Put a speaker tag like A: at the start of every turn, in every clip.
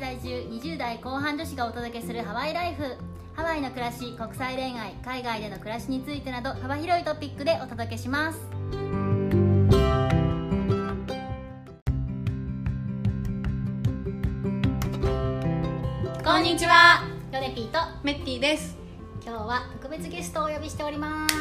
A: 20代後半女子がお届けするハワイライフハワイの暮らし国際恋愛海外での暮らしについてなど幅広いトピックでお届けしますこんにちはヨネピーと
B: メッティです
A: 今日は特別ゲストをお呼びしております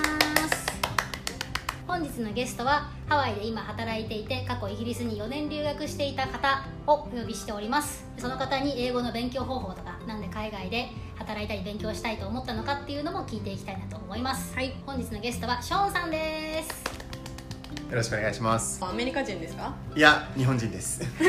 A: 本日のゲストはハワイで今働いていて過去イギリスに4年留学していた方をお呼びしておりますその方に英語の勉強方法とかなんで海外で働いたり勉強したいと思ったのかっていうのも聞いていきたいなと思います、
B: はい
A: 本日のゲストはショーンさんです
C: よろしくお願いします
B: アメリカ人ですか
C: いや日本人です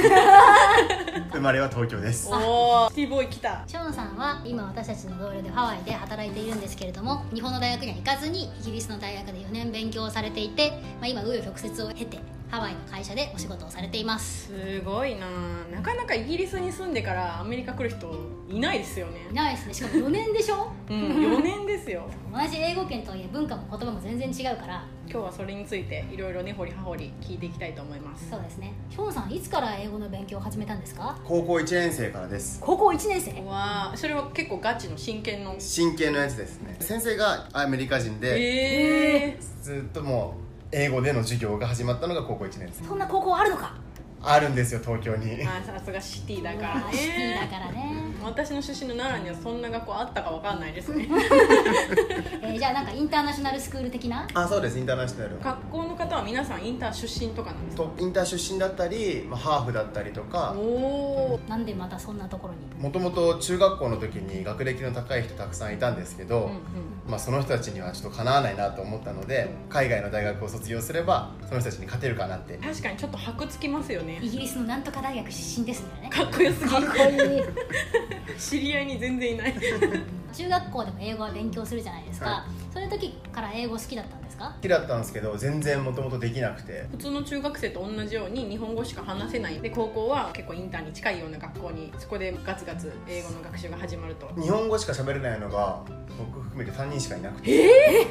C: 生まれは東京です
B: おおシティボーイ来た
A: ショーンさんは今私たちの同僚でハワイで働いているんですけれども日本の大学には行かずにイギリスの大学で4年勉強をされていて、まあ、今紆余曲折を経てハワイの会社でお仕事をされています
B: すごいななかなかイギリスに住んでからアメリカ来る人いないですよね
A: 長いですねしかも4年でしょ
B: うん4年 ですよ
A: 同じ英語圏とはいえ文化も言葉も全然違うから
B: 今日はそれについていろいろね掘り葉掘り聞いていきたいと思います
A: そうですねショーンさんいつから英語の勉強を始めたんですか
C: 高校1年生からです
A: 高校1年生
B: わあそれは結構ガチの真剣の
C: 真剣のやつですね先生がアメリカ人で、
B: え
C: ずっともう英語での授業が始まったのが高校1年生
A: そんな高校あるのか
C: あるんですよ東京に
B: ー、あさすがシティだから
A: まあ
B: ね
A: シティだからね、
B: 私の出身の奈良にはそんな学校あったかわかんないです ね
A: えーじゃあなんかインターナショナルスクール的な
C: あそうですインターナショナル
B: 学校の方は皆さんインター出身とかなんですか
C: とインター出身だったり、まあ、ハーフだったりとか
B: おお
A: なんでまたそんなところに
C: もともと中学校の時に学歴の高い人たくさんいたんですけど、まあ、その人たちにはちょっとかなわないなと思ったので海外の大学を卒業すればその人たちに勝てるかなって
B: 確かにちょっと箔つきますよね
A: イギリスのなんとか大学出身ですんだよね
B: かっこよすぎ
A: かっこいい
B: 知り合いに全然いない
A: 中学校でも英語は勉強するじゃないですか、
C: は
A: そういう時から英語好きだったんですか
C: 好きだったんですけど全然もともとできなくて
B: 普通の中学生と同じように日本語しか話せないで高校は結構インターに近いような学校にそこでガツガツ英語の学習が始まると
C: 日本語しか喋れないのが僕含めて3人しかいなくて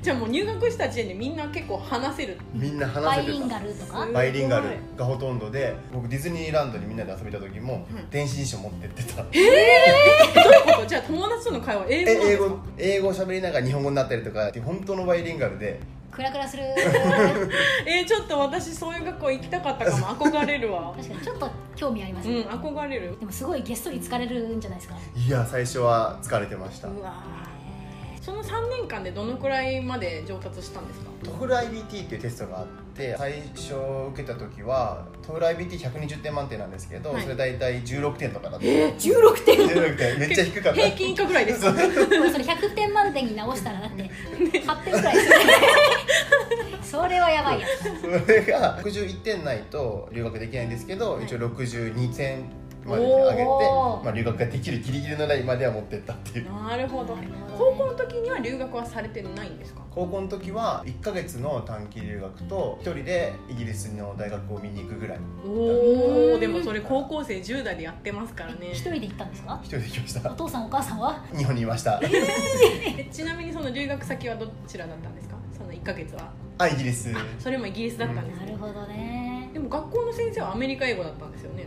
B: じゃあもう入学した時点でみんな結構話せる
C: みんな
A: バ
C: 話
A: イ
C: せ
A: リ
C: て
A: ン
C: た
A: ガルとか
B: す
C: バイリンガルがほとんどで僕ディズニーランドにみんなで遊びた時も
B: うん
C: 電子辞書持ってってた、
B: どういうことじゃあ友達との会話英語
C: え
B: なんで
C: 英
B: すか
C: 語英語喋りながら日本語になったりとかって本当のバイリンガルで
A: クラクラする
B: えーちょっと私そういう学校行きたかったかも憧れるわ
A: 確かにちょっと興味あります
B: う
A: ね、
B: ん憧れる
A: でもすごいげっそり疲れるんじゃないですか
C: いや最初は疲れてました
B: うわーその3年間でどのくらいまで上達したんですか
C: トフル IBT っていうテストがあって最初受けた時はトフル IBT120 点満点なんですけど、
B: はい
C: それ大体16点とかだった、
A: 16点
C: 16点めっちゃ低かった
B: 平均以下ぐらいですか
A: それ100点満点に直したらだって8点ぐらいですよねそれはやばいやつ
C: それが61点ないと留学できないんですけど、
B: はい
C: 一応62点まで上げて
A: お、ー
C: まあ、留学ができるギリギリのラインまでは持ってったっていう
B: なるほど
A: なるほど
B: 高
A: ね
B: 校の時には留学はされてないんですか
C: 高校の時は1ヶ月の短期留学と1人でイギリスの大学を見に行くぐらい
B: おおでもそれ高校生10代でやってますからね
A: 一人で行ったんですか
C: 1人で行きまし
A: お
C: た
A: 父さんお母さんは
C: 日本にいました
B: えちなみにその留学先はどちらだったんですかその1ヶ月は
C: あイギリス
B: あそれもイギリスだったんです
A: なる
B: ね
A: ほどね
B: でも学校の先生はアメリカ英語だったんですよね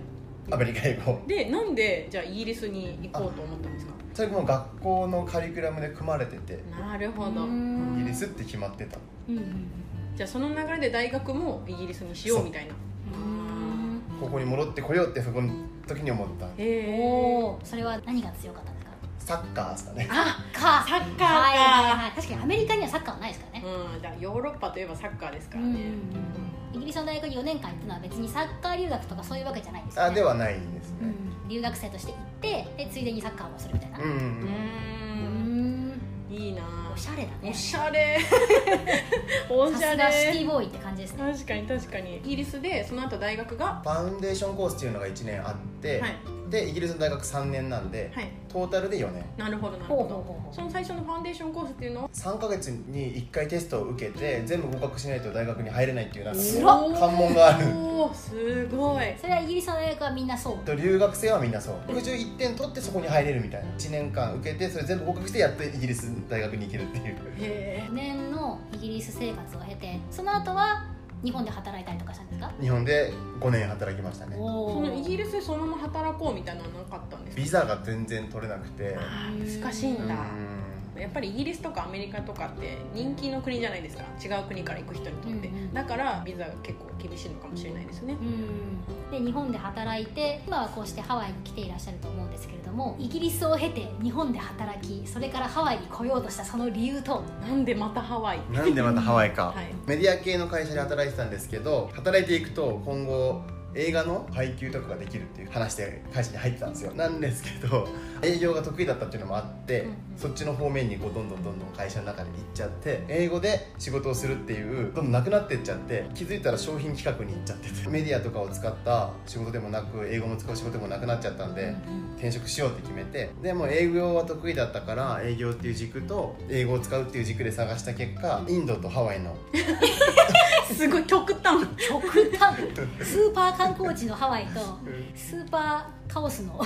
C: アメリカ英語
B: でなんでじゃあイギリスに行こうと思ったんですか
C: それも学校のカリキュラムで組まれてて
B: なるほど
A: うん
C: イギリスって決まってた
A: うんうん
B: じゃあその流れで大学もイギリスにしようみたいな
A: うん
C: ここに戻ってこようってそこの時に思った
B: へ
A: うん
B: え
A: おおそれは何が強かったんですか
C: サッカーですかね
B: あ
A: か
B: サッカーか
A: はいはいはい確かにアメリカにはサッカーはないですからね、
B: うんだからヨーロッパといえばサッカーですから
A: うん
B: ね
A: イギリスの大学に4年間行ったのは別にサッカー留学とかそういうわけじゃないんですよ、ね、
C: あではないです
A: う
C: ね
A: ん、留学生として行ってでついでにサッカーもするみたいな
C: うん、
B: う
A: うー
B: ん
A: ん
B: いいなぁ
A: おしゃれだね
B: おしゃれお
A: さ
B: しゃ
A: すがシティ
B: れ
A: ボーイって感じですね
B: 確かに確かにイギリスでその後大学が
C: ファウンデーションコースっていうのが1年あって、
B: はい
C: でイギリスの大学3年なんで、
B: はい
C: トータルで4年
B: なるほどなる
A: ほう
B: ほ
A: ほう
B: ど
A: ほう
B: そ
A: ほ
B: の最初のファンデーションコースっていうのは
C: 3ヶ月に1回テストを受けて全部合格しないと大学に入れないっていうよう
A: す
C: な
A: ごっ
B: おー
C: 関門がある
B: おーすごいう
A: それはイギリスの大学はみんなそう
C: と留学生はみんなそう61点取ってそこに入れるみたいな1年間受けてそれ全部合格してやっとイギリス大学に行けるっていう
B: へえ
A: 4年のイギリス生活を経てその後は日本で働いたりとかしたんですか
C: 日本で5年働きましたね
A: お
B: そ
A: お
B: のイギリスでそのまま働こうみたいなのはなかったんですか
C: ビザが全然取れなくて
B: あー難しいん
C: う
B: だ、
C: ん
B: やっぱりイギリスとかアメリカとかって人気の国じゃないですか違う国から行く人にとって、
A: うんうん
B: だからビザが結構厳しいのかもしれないですね、
A: うんで日本で働いて今はこうしてハワイに来ていらっしゃると思うんですけれどもイギリスを経て日本で働きそれからハワイに来ようとしたその理由と
B: なんでまたハワイ
C: なんでまたハワイか、
B: はい
C: メディア系の会社で働いてたんですけど働いていくと今後映画の配給とかができるっていう話で会社に入ってたんですよなんですけど 営業が得意だったっていうのもあって、
A: うんうん
C: そっちの方面にこうどんどんどんどん会社の中で行っちゃって英語で仕事をするっていうどんどんなくなってっちゃって気づいたら商品企画に行っちゃっててメディアとかを使った仕事でもなく英語も使う仕事でもなくなっちゃったんで、転職しようって決めてでもう営業は得意だったから営業っていう軸と英語を使うっていう軸で探した結果インドとハワイの
B: すごい極端
A: 極端 スーパー観光地のハワイとスーパーカオス の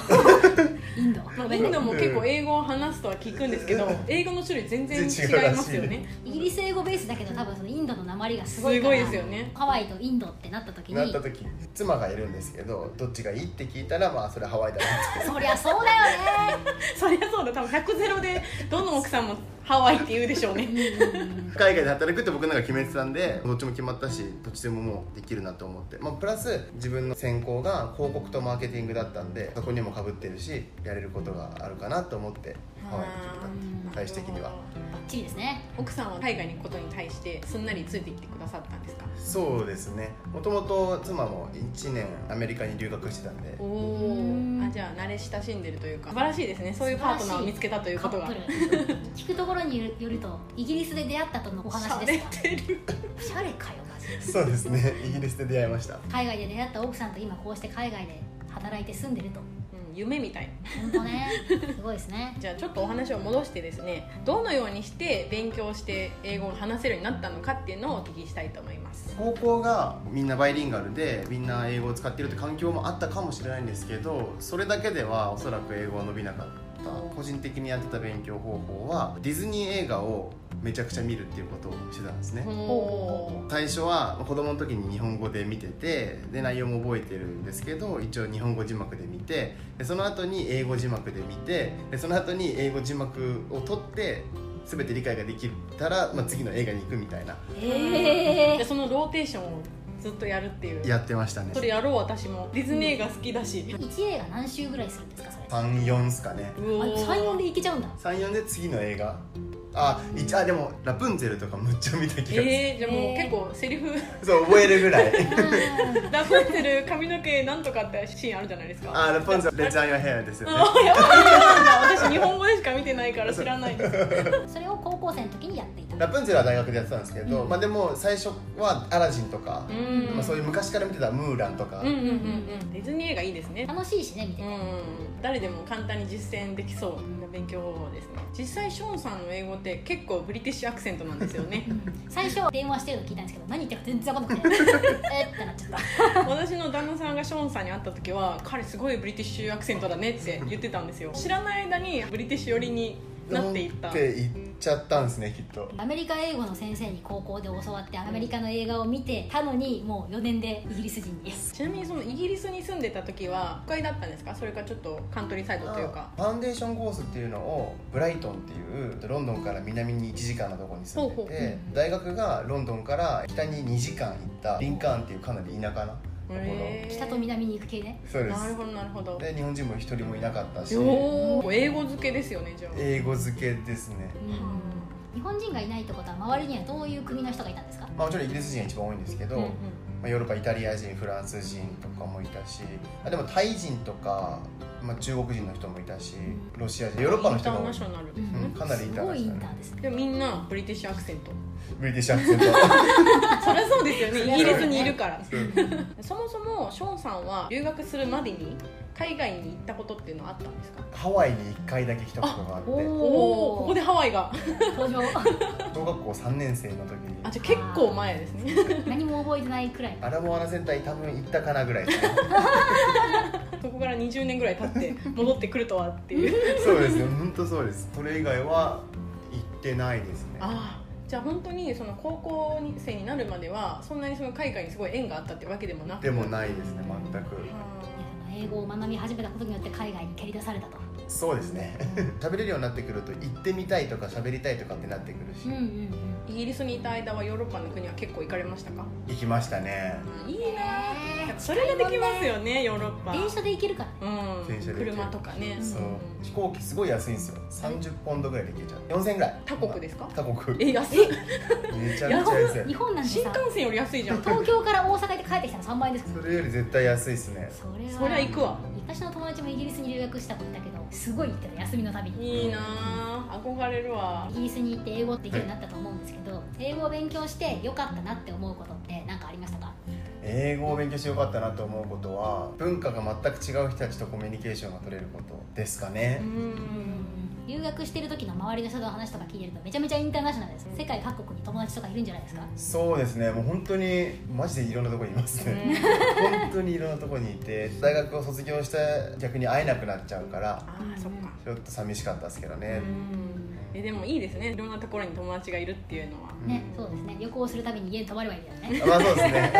A: インド
B: ま
A: ご
B: あ、
A: め
B: イ
A: んね
B: ンドも結構英語を話すとは聞くんですけど英語の種類全然違いますよね
A: イギリス英語ベースだけど多分そのインドの鉛がす
B: す
A: ご
B: ご
A: い
B: い
A: から
B: ですよね
A: ハワイとインドってなった時に
C: なった時妻がいるんですけどどっちがいいって聞いたらまあそれハワイだなって
A: そりゃそうだよ ね
B: そりゃそうだ多分100ゼロでどの奥さんもハワイって言うでしょうね
C: 海外で働くって僕なんか決めてたんでどっちも決まったしどっちでももうできるなと思って、まあ、プラス自分の専攻が広告とマーケティングだったんでそこにもかぶってるしやれることがあるかなと思ってハワイに決めたっていう最終的には
A: バッチリですね
B: 奥さんは海外に行くことに対してすんなりついてきてくださったんですか
C: そうですねもともと妻も1年アメリカに留学してたんで
B: おおあじゃあ慣れ親しんでるというか素晴らしいですねそういうパートナーを見つけたという
A: カ
B: こと
A: ッ
B: が
A: プル聞くところによるとイギリスで出会ったとのお話ですか
B: 喋ってる
A: おしゃれかよマジで
C: そうですねイギリスで出会いました
A: 海外で出会った奥さんと今こうして海外で働いて住んでると
B: うん夢みたい
A: 本当ね すごいですね
B: じゃあちょっとお話を戻してですねどのようにして勉強して英語を話せるようになったのかっていうのをお聞きしたいと思います
C: 高校がみんなバイリンガルでみんな英語を使っているって環境もあったかもしれないんですけどそれだけではおそらく英語は伸びなかった個人的にやってた勉強方法はディズニー映画をめちゃくちゃ見るっていうことをしてたんですね
B: お
C: 最初は子供の時に日本語で見ててで内容も覚えてるんですけど一応日本語字幕で見てでその後に英語字幕で見てでその後に英語字幕を取って全て理解ができたら、まあ、次の映画に行くみたいな
A: え
B: で
A: え
B: そのローテーションをずっとやるっていう
C: やってましたね
B: それやろう私もディズニー映画好きだし
A: 1映画何週ぐらいするんですかそれあ
C: 34っすかね
B: うおー
A: 34でいけちゃうんだ
C: 34で次の映画あ一あでも「ラプンツェル」とかむっちゃ見た気がする、
B: えー、じゃあも
A: え
B: う
A: ー
B: 結構セリフ
C: そう覚えるぐらい
B: ラプンツェル髪の毛なんとかってシーンあるじゃないですか
C: あラプンツェル「レッツ・アン・ヨヘア」ですよ
B: あ
C: ね
B: ーやばいなんだ私日本語でしか見てないから知らないです
A: うん それを高校生の時にやっていた
C: ラプンツェルは大学でやってたんですけど、まあでも最初は「アラジン」とか、
B: うん
C: まあ、そういう昔から見てた「ムーラン」とか、
B: うんうんうんうんディズニー映画いいですね
A: 楽しいしね見て
B: う
A: て
B: ん誰でも簡単に実践できそうな勉強方法ですね実際ショーンさんの英語って結構ブリティッシュアクセントなんですよね
A: 最初電話してるの聞いたんですけど何言ってるか全然分かん なくてえってなっちゃった
B: 私の旦那さんがショーンさんに会った時は彼すごいブリティッシュアクセントだねって言ってたんですよ知らない間にブリティッシュ寄りになっていった
C: って言っちゃったんですねきっと
A: アメリカ英語の先生に高校で教わってアメリカの映画を見てたのにもう4年でイギリス人に
B: ちなみにそのイギリスに住んでた時は都会だったんですかそれかちょっとカントリーサイドというか
C: ファンデーションコースっていうのをブライトンっていうロンドンから南に1時間のところに住んでて
B: ほうほうほ
C: 大学がロンドンから北に2時間行ったリンカーンっていうかなり田舎なところ、
B: へー
A: 北と南に行く系ね
C: そうで
B: なる
C: す
B: ほどなるほど
C: で日本人も一人もいなかったし
B: おー英語漬けですよねじゃあ
C: 英語漬けですね、
A: 日本人がいないってことは周りにはどういう国の人がいたんですか
C: まあ、もちろんイギリス人が一番多いんですけど、
B: うんうん
C: まあ、ヨーロッパイタリア人フランス人とかもいたしあでもタイ人とか、まあ、中国人の人もいたしロシア人ヨーロッパの人
B: インタ
C: が
B: ー
C: 多
B: ナ
C: い
B: ショナル
A: う
B: ですね、
A: ん
C: かなりインターナシ
A: すごいイ
C: ョナル
A: ンターですね
B: でもみんなブリティッシュアクセント
C: ブリティッシュアクセント
B: そりゃそうですよねイギリスにいるから
C: うん
B: そもそもショーンさんは留学するまでに海外に行ったことっていうのはあったんですか
C: ハワイに1回だけ来たことがあって
A: お
B: おおここでハワイ が
A: 登場
C: 小学校3年生の時に
B: あじゃあ結構前ですね
A: 何も覚えてないくらい
C: アラモアナセンターに多分行ったかなぐらい ですね
B: そこから20年ぐらい経って戻ってくるとはっていう
C: そうですね本当そうですそれ以外は行ってないですね
B: ああじゃあ本当にその高校生になるまではそんなにその海外にすごい縁があったってわけでもなく
C: でもないですね全く
B: あ
A: 英語を学び始めたことによって海外に蹴り出されたと、
C: そうですね 喋れるようになってくると行ってみたいとか喋りたいとかってなってくるし、
A: うんうん
B: ーイギリスにいた間はヨーロッパの国は結構行かれましたか
C: 行きましたね
B: いいなやっぱそれができますよねヨーロッパ
A: 電車で行けるからね
B: うん
C: 電車で
B: 車とかね
C: そう
B: うん
C: 飛行機すごい安いんですよ30ポンドぐらいで行けちゃう4000円ぐらい
B: 他国ですか
C: 他国
B: え安い
C: めちゃめちゃ安い
A: 日本なんて
B: 新
A: さ
B: 幹線より安いじゃん
A: 東京から大阪行って帰ってきたの3倍ですか
C: そ
A: ら
C: れより絶対安いですね
A: それは
B: そりゃ行くわ
A: 昔の友達もイギリスに留学した子いたけどすごい行ってた休みのたびに
B: いいなあ憧れるわ
A: イギリスに行って英語できるようになったと思うんですけど英語を勉強して良かったなって思うことって何かありましたか
C: 英語を勉強してよかったなと思うことは文化が全く違う人たちとコミュニケーションが取れることですかね
B: う、ん
A: 留学してる時の周りの人の話とか聞いてるとめちゃめちゃインターナショナルです世界各国に友達とかいるんじゃないですか
C: そうですねもう本当にマジでいろんなとこにいます ね、本当にいろんなとこにいて大学を卒業して逆に会えなくなっちゃうから
B: あーそっか
C: ちょっと寂しかったですけど
B: う
C: ね、
B: んえでもいいですねいろんなところに友達がいるっていうのは
A: ね、そうですね旅行するたびに家に泊まればいいんだよね
C: まあそうですね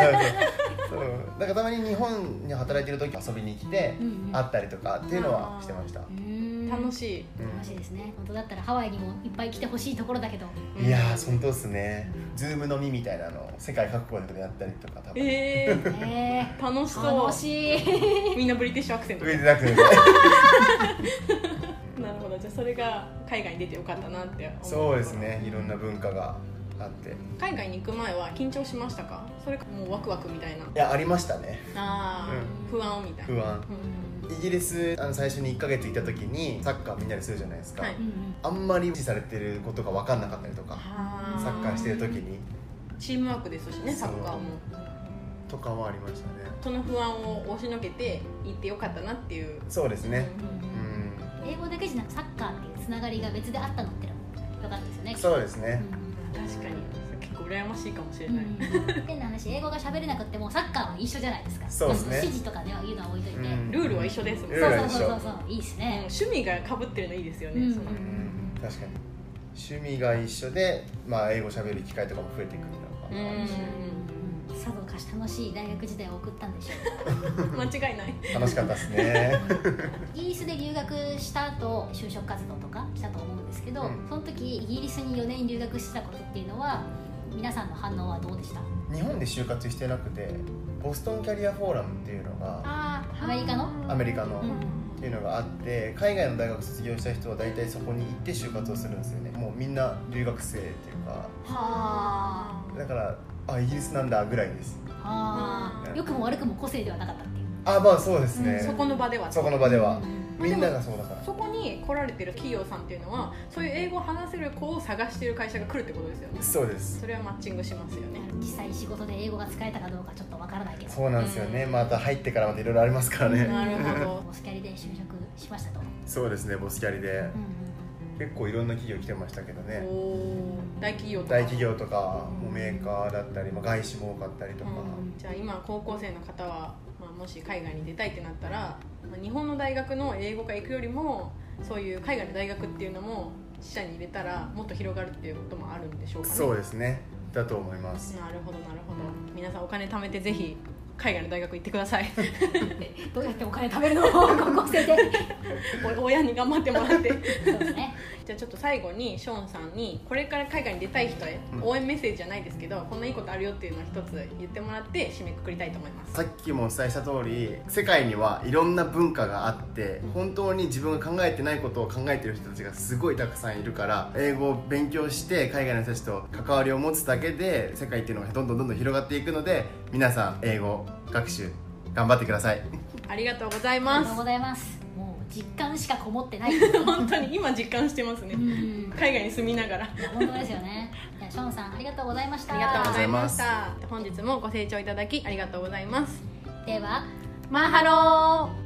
C: うんそうなんかたまに日本に働いてる時遊びに来て
A: うんうん
C: 会ったりとかっていうのはしてました、
A: うーん
B: 楽
A: い
B: しい
C: うん
A: 楽しいですね本当だったらハワイにもいっぱい来てほしいところだけど
B: うん
C: いやー本当ですねズーム飲みみたいなのを世界各国でやったりとか多分
B: えー
A: え
B: 楽し
A: ー、
B: そ
A: 楽しい
B: うみんなブリティッシュアクセント
C: 上
B: で
C: でなくて
B: なるほどじゃあそれが海外に出てよかったなって思
C: そうですねいろんな文化があってい
B: 海外に行く前は緊張しましたかそれかもうワクワクみたいな
C: やありましたね
B: あー、不安みたいな
C: 不安
B: うん
C: イギリスあの最初に1ヶ月行った時にサッカーみんなでするじゃないですか、
B: はい
A: うんうん
C: あんまり無視されてることが分かんなかったりとか
B: あ
C: サッカーしてる時に
B: チームワークですしねサ
C: そう
B: ッカーも
C: とかはありましたね
B: その不安を押しのけて行ってよかったなっていう
C: そうですね
A: う
C: うんん
A: 英語だけじゃなくサッカーっていうつながりが別であったのってのもよかったですよね
C: そうですね
B: 確かに結構羨ましいかもしれ
A: うん
B: ない、
A: うん変な話英語が喋れなくてもサッカーは一緒じゃないですか
C: そうですね
A: まあ指示とかね言うのは置いといて、
C: うん
B: ルールは一緒ですもん
C: ルー
A: そ
C: ル
A: う
C: は
A: そう
C: 一緒
A: そうそうそういいです
B: うん
A: ね、
B: 趣味がかぶってるのいいですよね、
A: うん
B: その
C: うん確かに趣味が一緒で、まあ、英語しゃべる機会とかも増えてくる
B: う
C: のかな、
A: うんさぞかし楽しい大学時代を送ったんでしょ う
B: うん間違いない
C: 楽しかったですね
A: イギリスで留学した後就職活動とかしたと思うんですけど、
C: うん
A: その時イギリスに4年留学してたことっていうのは皆さんの反応はどうでした
C: 日本で就活してなくてボストンキャリアフォーラムっていうのが
A: あアメリカの
C: アメリカの、
A: うん
C: っていうのがあって海外の大学卒業した人は大体そこに行って就活をするんですよねもうみんな留学生っていうか
A: は
C: だからあイギリスなんだぐらいです
A: あ良くも悪くも個性ではなかったっていう
C: あまあそうですね、
B: そこの場では
C: そこの場で
A: う
C: は
A: ん
C: みんながそうだから
B: そこに来られてる企業さんっていうのはそういう英語を話せる子を探してる会社が来るってことですよね
C: そうです
B: それはマッチングしますよね
A: 実際仕事で英語が使えたかどうかちょっとわからないけど
C: そうなんですよねまた入ってからまたいろいろありますからね、
B: なるほど
A: ボスキャリで就職しましたと、
C: そうですねボスキャリで結構いろんな企業来てましたけどね
B: おー大企業とか
C: 大企業とかもうメーカーだったり、まあ、外資も多かったりとか、
B: うんじゃあ今高校生の方は、まあ、もし海外に出たいってなったら、まあ日本の大学の英語科行くよりもそういう海外の大学っていうのも視野に入れたらもっと広がるっていうこともあるんでしょうかね
C: そうですねだと思います
B: なるほどなるほど皆さんお金貯めてぜひ海外の大学行ってください
A: どうやってお金貯めるの高校生で
B: お親に頑張ってもらって
A: そうですね
B: じゃあちょっと最後にショーンさんにこれから海外に出たい人へ応援メッセージじゃないですけどこんないいことあるよっていうのを一つ言ってもらって締めくくりたいと思います
C: さっきもお伝えした通り世界にはいろんな文化があって本当に自分が考えてないことを考えてる人たちがすごいたくさんいるから英語を勉強して海外の人たちと関わりを持つだけで世界っていうのがどんどんどんどん広がっていくので皆さん英語学習頑張ってください
B: ありがとうござい
A: あり
B: ま
A: がとう
B: す
A: ございますもう実感しかこもってない
B: 本当に今実感してますね
A: うん
B: 海外に住みながら
A: 本当ですよねじゃあショーンさんありがとうございました
B: ありがとうございまし
C: あ
B: た本日もご清聴いただきありがとうございます
A: では
B: マンハロー